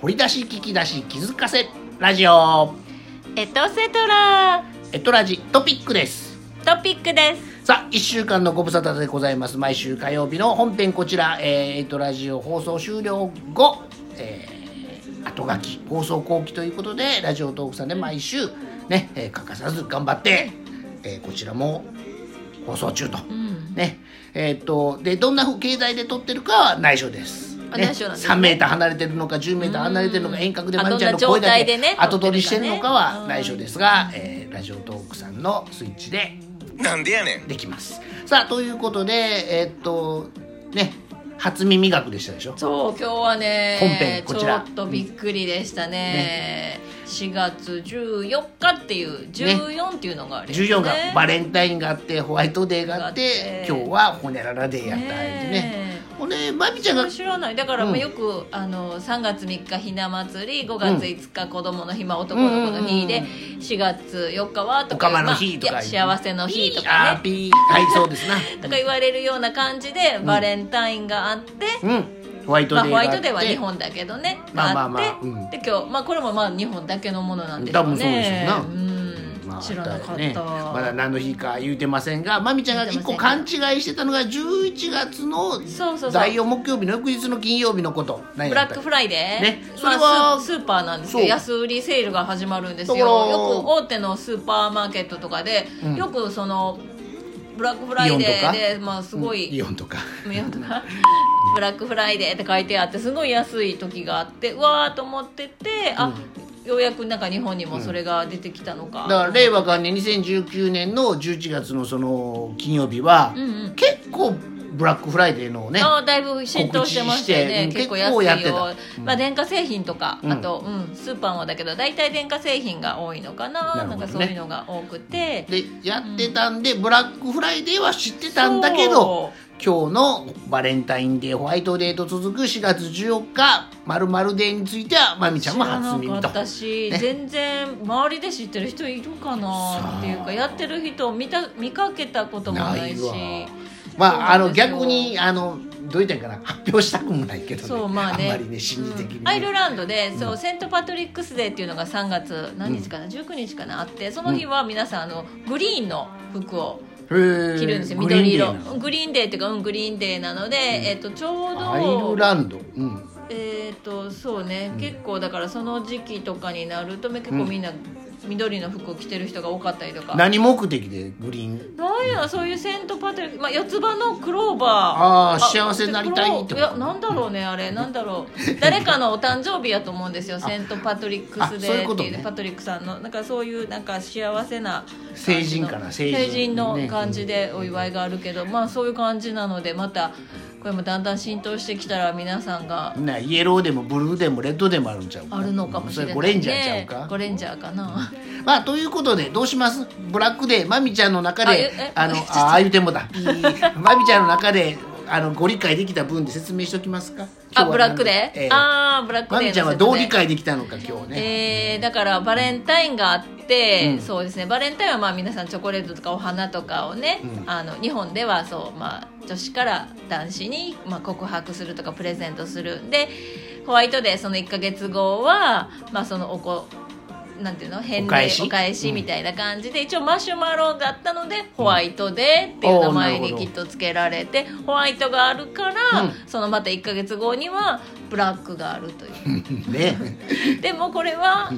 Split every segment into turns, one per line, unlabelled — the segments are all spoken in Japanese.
掘り出し聞き出し気づかせラジオ
エトセトラ
エトラジトピックです
トピックです
さあ1週間のご無沙汰でございます毎週火曜日の本編こちら、えー、エトラジオ放送終了後、えー、後書き放送後期ということでラジオトークさんで毎週ね、えー欠かさず頑張って、えーこちらも放送中と、
うん
ねえーっとでどんなふう経済で撮ってるかは内緒です。
あ
ね、
内緒なんですね
3メーター離れてるのか10メーター離れてるのか
うん
遠隔で
あ
まるちゃんの
ど
声
んな
だ
状態で
け
ね
後取りして
撮って
る
るかね
のかは
うん
内緒ですが、えーラジオトークさんのスイッチで
なんでやねん
できますさあということでえーっとね初耳学でしたでしょ
そう今日はね
本編こちら
ちょっとびっくりでしたね4月14日っていう14っていうのがある
14がバ
レ
レンタインがあってホワイトデーがあって
ね
今日はホニャララデーやったんでねほんでまみちゃんが
知らないだから
うん
まあよく、あの3月3日ひな祭り5月5日子供の日、まあ、男の子の日で
うん
4月4日は
お
と
か
か
まの日とか
まあ
言、
いうや幸せの日と
あ
か
ー
ね
ピーはいそう ですな
とか言われるような感じでバレンタインがあって、
うんホワイト
まあ、
デー
ホ
があ
ワ
って、
イトデーは日本だけどね、
まあまあまあ
あって、
うん
で今日、まあ、これもまあ日本だけのものなんでしょう
多分そうでしょう
ね
な
うん
まあ
知らなかった、
ねまだ何の日か言うてませんがまみちゃんが一個
言うて
勘違
ま
いしてたのが11月の
そうそうそう
第4木曜日の翌日の金曜日のこと何
ブ
やったっ
ラッ
け
クフライデー、
ねそれは
まあ、ススーパーなんですけ
そう
ど安売りセールが始まるんですよ
だから
よく大手のスーパーマーケットとかで、
うん
よくそのブラックフライ
イ
デ
オンと
ーで、まあ、すごい、
イオンとか
見ようとか ブラックフライデーって書いてあってすごい安い時があってうわーと思っててあ、ようやくなんか日本にもそれが出てきたのか、
だから令和元年2019年の11月のその金曜日は、
うんうん
結構ブラックフライデーのね
あーだいぶ浸透してましたよね
告知してうん
結構安
結構
い
や
よ
ってたうん
まあ、電化製品とか、
うん
あと、うん、スーパーもだけど大体電化製品が多いのかな
な
な,、
るほどね
んかそういうのが多くて
でやってたんで、ブラックフライデーは知ってたんだけど今日のバレンタインデーホワイトデーと続く4月14日まるまるデーについてはまみちゃんも初
知
耳
らな
と
かったし、
ね
全然周りで知ってる人いる
さ
か
あ
なっていうかやってる人を見た見かけたこともないし
わまああ
そうな
の
んですよ
逆にあのどう言ったらいいかな発表したくもないけどね
そうまあ
ん
ね
まりね心理的にね、
アイルランドで、そうセントパトリックスデーっていうのが3月何日かな、19日かなあってその日は皆さんあのグリーンの服を
へえ
着るんですよ
グリーン
緑色
デーなの
グリーンデーっていうか、うん、グリーンデーなので、えっとちょう
アイル
ど
ランド、うん、
えっとそうね、結構だからその時期とかになると結構みんな緑の服を着てる人が多かったりとか。
何目的でグリーン
なんやそういうセントパトリック、まあ、四つ葉のクローバー
あー幸せになりたいってこと
クローいやなんだろうねあれなんだ ろう誰かのお誕生日やと思うんですよセントパトリックスデ
あそういう
ー
こ
っ
と
て
ね
いうパトリックさんのなんかそういうなんか幸せな
成人かな成
成
人
人の
ね
感じでお祝いがあるけど、まあそういう感じなのでまたこれもだんだん浸透してきたら皆さんが
なイエローでもブルーでもレッドでもあるんちゃう
あるのかもしれな
それ
い、ね、
ゴレンジャーちゃうか
ゴレンジャーかな
まあということでどうしますブラックデーマミちゃんの中であ
あええ
の
ちょっと
ああ言うてもだいいマミちゃんの中であのご理解できた分で説明しておきますか今日
あ
は
ブラックデー、
ええ
ああブラックデー
マ
の
ミちゃんは
説
ど
明
う理解できたのか今日ね、
えーだからバレンタインがあって、
うん
そうですねバレンタインはまあ皆さんチョコレートとかお花とかをね、
うん
あの日本ではそう、まあ、女子から男子に、まあ、告白するとかプレゼントするでホワイトデーその1か月後は、まあ、そのおこなんていうの返
お
礼
返し
お返しみたいな感じで、一応マシュマロだったのでホワイトデーっていう名前
おーなる
に
ほど
きっとつけられてホワイトがあるから、
うん
そのまた1か月後にはブラックがあるという。
ね、
でもこれは、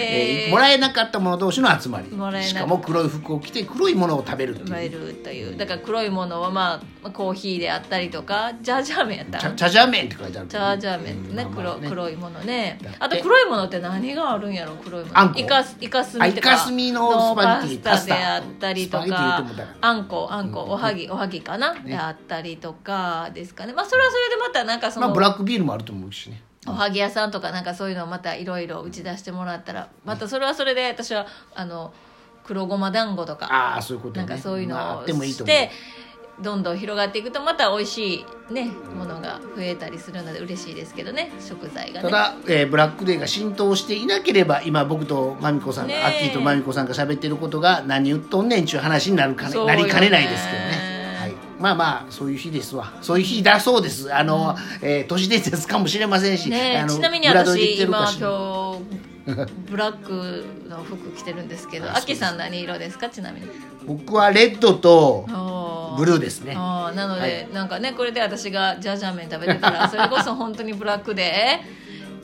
え
え
ー
ー
もらえなかった者同士の集まり
もらえな
しかも黒い服を着て黒いものを食べるっていう
もらえるというだから黒いものは、まあ、コーヒーであったりとかジャージャー麺やった
チャ
ら
チャジャー麺って書いてある
ジャージャー麺ね
うんまあまあ
黒黒いものね
だって
あと黒いものって何があるんやろ黒いもの
あんこ
イカスイカス
あ
ミ
イ
と
カ
か
スミのスパゲティ
パスタであったりと
スパゲ
か
ティって言うてもだから
あんこあんこ
うん
おはぎおはぎかな
ね
であったりとかですかねまあそれはそれでまたなんかそ
まあ
の
ブラックビールもあると思うしね
おはぎ屋さんとかなんかそういうのをまたいろいろ打ち出してもらったらまたそれはそれで私はあの黒ごま団子とか
ああそういうこと
な
ね
んかそういう
まああ
の
っ
を
てもいい
し
と思う
てどんどん広がっていくとまた美味しいねものが増えたりするので嬉しいですけどね食材が
た
ね
だ、えーブラックデーが浸透していなければ今僕とまみこさんが、
ねえ
アッキーとまみこさんが喋ってることが何言っとんねんちゅう話になるかね
そうよ
な
ね
りかねないですけどね、はい、まあまあそういう日ですわそういう日だそうですあの、えー都市伝説かもしれませんし、
ね
あ
え
の
ちなみに
裏取り
私
できてる
今
か
今
し
日
ら
ブラックの服着てるんですけど
あ
あきさん何色ですかちなみに
僕はレッドとブ
ブ
ルーですね
あーなので、
はい
なんかねこれで私がジャージャー麺食べて たらそれこそ本当にブラックで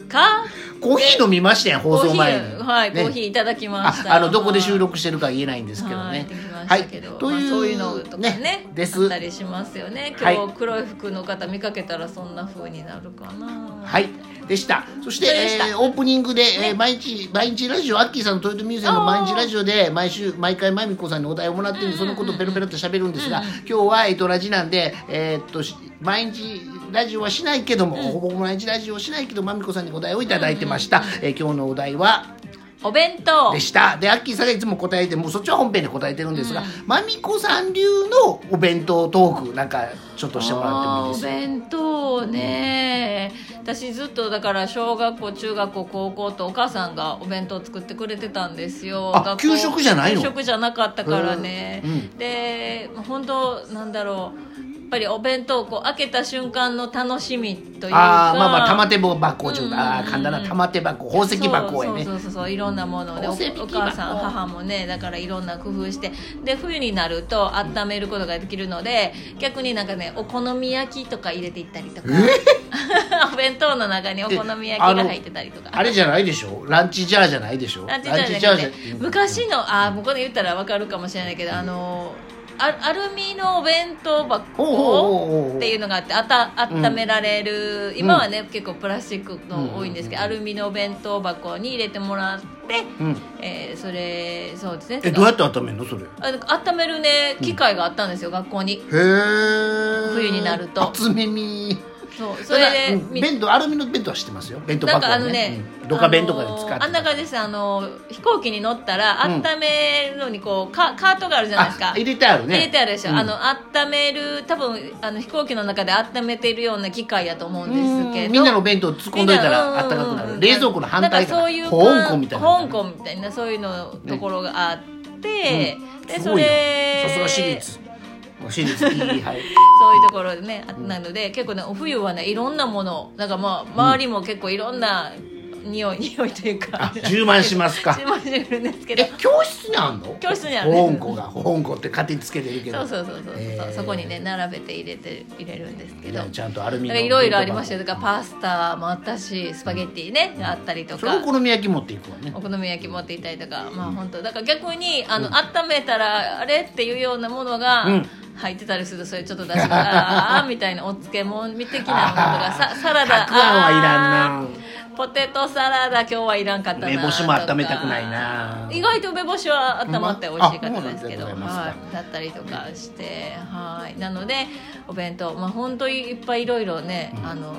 か
コーヒー飲みましたよ
コ
放
ー
送
ヒ
前
ー
に、
はい、
ね
コーヒーいただきま
あ
した
あのどこで収録してるか言えないんですけど
はい
ね
できましたけど
はい
まあそういうのとかね
です
あったりしますよね
はい
今日黒い服の方見かけたらそんな風になるかな
はいでしたそして
でした
えーオープニングで、えー毎日毎日ラジオアッキーさんの豊臣ミュージアムの毎日ラジオで毎週毎回まみこさんにお題をもらってるんでそのことをペロペロって喋るんですが、今日はえっとラジなんでえーっとし毎日ラジオはしないけども、ほぼほぼ毎日ラジオをしないけどまみこさんにお題をいただいてました、えー今日のお題は
お弁当
でしたでアッキーさんがいつも答えてもうそっちは本編で答えてるんですが、まみこさん流のお弁当トークなんかちょっとしてもらってもいいです
あーお弁当ね私ずっとだから小学校中学校高校とお母さんがお弁当作ってくれてたんですよ
あ
学校
給食じゃないの
給食じゃなかったからね、
へー
で本当なんだろうやっぱりお弁当をこう開けた瞬間の楽しみというか
ああーまあまあ玉手箱中
うん
だあー簡単な玉手箱宝石箱やね
そうそうそうそういろんなものをね
宝石箱
おお母さん母もねだからいろんな工夫してで冬になると温めることができるので逆になんかねお好み焼きとか入れていったりとか お弁当の中にお好み焼きが入ってたりとか
あれじゃないでしょランチジャーじゃないでしょ
ランチジャーじゃなくて昔のあーもうこれ言ったらわかるかもしれないけどあのアアルミのお弁当
ほうほうほうほ
箱
う
っていうのがあってあた温められる、今はね結構プラスチックの多いんですけど、アルミのお弁当箱に入れてもらって、
うん
えーそれそうですね
えどうやって温めるのそれへ
あの温めるね機械があったんですよ、学校に
え
冬になると
厚耳
そうそれで、
うん
み
弁当アルミの弁当は知ってますよ弁当
なん
箱
か
は
あのね
ね、うんドカ弁とかで使って
あのーあんな感じですあのー飛行機に乗ったら
うん
温めるのにこうカカートがあるじゃないです
あ
か
入れてあるね
入れてあるでしょ、
うん
あの温める多分あの飛行機の中で温めてるような機械やと思うんです
う
けど
んみんなの弁当突っ込んどいたらあ
み
っ
んな
た
うん
かくなる冷蔵庫の反対
なんかそういう
香港みたいな
香港みたいなそういうのところがあって、で
す
そ
ごいな
れ
さすが私立私 立いいはい
そういうところでねあなので結構ねお冬はねいろんなものなんかまあ周りも結構いろんな匂い、匂いというか
あ充満しますか
充満してるんですけど
え教室にあんの
教室にある
る香港が香港って勝手につけてるけ
そ
ど
うそうそうそう、
えー
そこにね並べて入れて入れるんですけ
い
ど
やちゃんとアルミの
いろいろありましたよだからパスタもあったしスパゲッティね、あったりと
それお
か
好み焼き持っていくわね
お好み焼き持っていたりとかまあ本当だから逆にあの、温めたらあれっていうようなものが
うん
入ってたりするとそれちょっと出しながらあーみたいなお漬物的なものとかさサラダ
たくあんはいら
あ
んな
ーポテトサラダ今日はいらんかったな
梅干しも温めたくないな
意外と梅干しは温まって美味しかったですけど、
うまいあそうなんでございますか
はい、だったりとかしてはいなのでお弁当まあ本当にいっぱいいろいろね、あの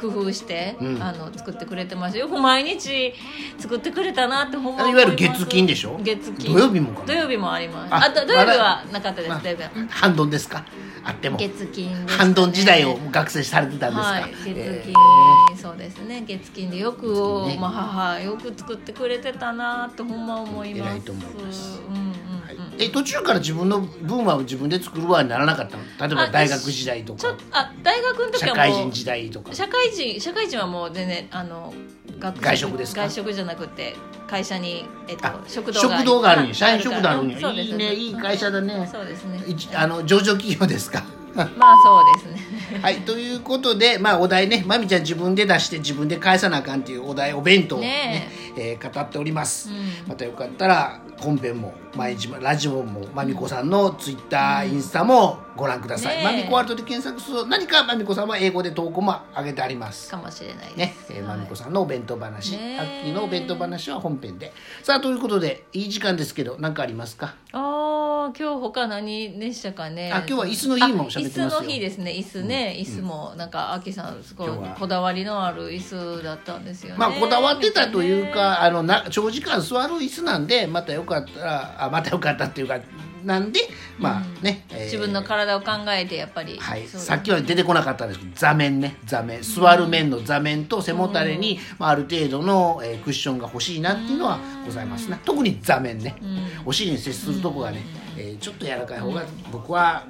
工夫して、
うん
あの作ってくれてましたよく毎日作ってくれたなってほんま
あ
に
いわゆる
思います
月金でしょ
月金
土曜日もかな
土曜日もあります
あ
あと土曜日
あ
はなかったです
まあ
土曜日は
半ドンですかあっても
月金です、ね、
半ドン時代を学生されてたんですか
はい、月金、
え
そうですね月金でよく、まあ、母よく作ってくれてたなってほんま思います
偉いと思います
うんうんうん
ーはいえ途中から自分の分は自分で作るわにならなかったの例えば
あ
大学時代と
ちょ
か
っとあ大学の時は
社
もう
会人時代とか
社会人社会人はもう全然あの学
外食ですか
外食じゃなくて会社に、えっと
あ、
食堂が
食堂があるんや
はい
社員食堂あるんや
からそうです
いいねいい会社だね
そうですね
いちあの上場企業ですか
まあそうですね
はいということで、まあ、お題ねまみちゃん自分で出して自分で返さなあかんっていうお題お弁当をね
ね
えー語っております、
うん
またよかったら本編も毎日ラジオもまみこさんのツイッター、インスタもご覧ください、
ねえ
まみこワールドで検索すると何かまみこさんは英語で投稿も上げてあります
かもしれないで
ね
す、
えー、
は
ま
い
みこさんのお弁当話、
ねえ
アッキーのお弁当話は本編でさあということでいい時間ですけど何かありますか
あー今日他何でしたかね
あ今日は椅子の日も喋ってますよ
あ椅子の日ですね椅子ね、椅子もなんかあきさんすごい
今日は
こだわりのある椅子だったんですよね
まあ、こだわってたというかあのな長時間座る椅子なんでまたよかったらあまたよかったっていうかなんでまあね、えー
自分の体を考えてやっぱり、
はい、
そう
さっきは出てこなかったんですけど座面ね座面座る面の座面と背もたれに、まあ、ある程度の、えークッションが欲しいなっていうのはございますな特に座面ね、お尻に接するとこがね、えーちょっと柔らかい方が僕は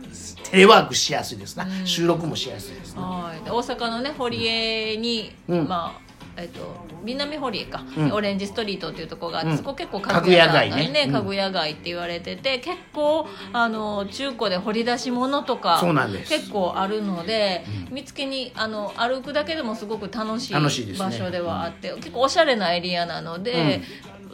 テレワークしやすいですな、
うん
収録もしやすいですな、
はい、大阪のね堀江に、
うん
まあえっと、南堀江か、
うん
オレンジストリートっていうところがあって、
うん
そこ結構
家具屋街ねうん
家具屋街って言われてて、結構あの中古で掘り出し物とか
そうなんです
結構あるので、見つけにあの歩くだけでもすごく楽しい
楽しいですね
場所ではあって、結構おしゃれなエリアなので。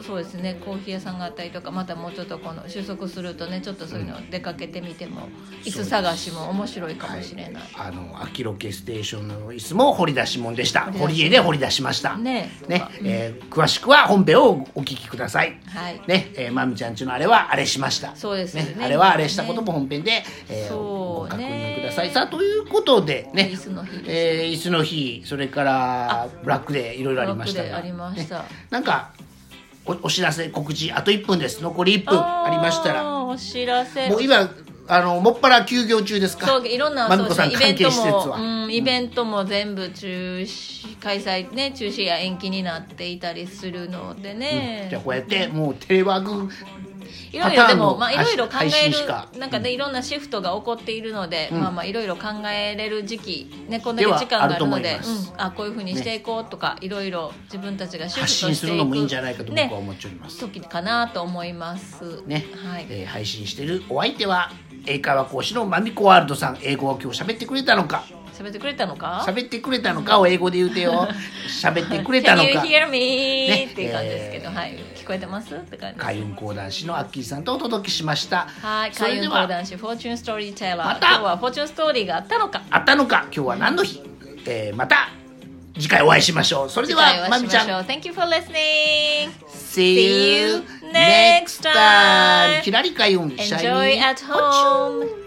そうですねコーヒー屋さんがあったりとかまたもうちょっとこの収束するとねちょっとそういうの出かけてみても、椅子探しも面白いかもしれない、
あの秋ロケステーションの椅子も掘り出し物でした
掘り出し物
堀江で掘り出しました
ねえとかうん
えー詳しくは本編をお聞きください
はい
ねえーまみちゃんちのあれはあれしました
そうですよね
あれはあれしたことも本編で、えー
そ
ご
う
確
ね
認くださいさあということでね
椅子の日です
えー椅子の日それからブラックでいろいろありました
ブ
が
ラックデーあ りました
ねなんかおお知らせ告知あと1分です残り1分
あ
あ
ー
りましたら
お知らせ
もう今あのもっぱら休業中ですか
そういろんな
ま
そ
み
う
こ
で
さ
す
ん
ね
関
イベン
係施
ト
設
も、
は、
うん、イベントも全部中止開催ね中止や延期になっていたりするのでね、
じゃあこうやってもうテレワーク
いろ
パ
いろ
ター
で
ンの
も、まあ、いろいろ考
配
え
信しか
るなんかねいろんなシフトが起こっているので、まあまあいろいろ考えれる時期ねこんだけ時間があるの
では
で
あると思います
うん、あこういうふうにしていこうとか、いろいろ自分たちがシフト
発
していく
信するのもいいんじゃないかと僕は
ね
思っております
時かなと思います
ね
はい、
えー配信してるお相手は英会話講師のまみこワールドさん英語を今日喋ってくれたのか
喋ってくれたのか
喋ってくれたのかを英語で言うて よ喋ってくれたの
Can
か
you hear me?、
ね
っていう感じですけど、
えー
はい、聞こえてますって感じです。
開運講談師のアッキーさんとお届けしました
はい、
そ
開
れで
運
は
講談師フォーチュンストーリーテラー。
また
今日はフォーチュンストーリーがあったのか。
あったのか今日は何の日、えーまた次回お会いしましょうそれで
次回
は
は
ま
し
み
ま
ちゃん
しょう。Thank you for listening.
See you
See you
next
next
time.
time.
キラリカユン
Enjoy at home.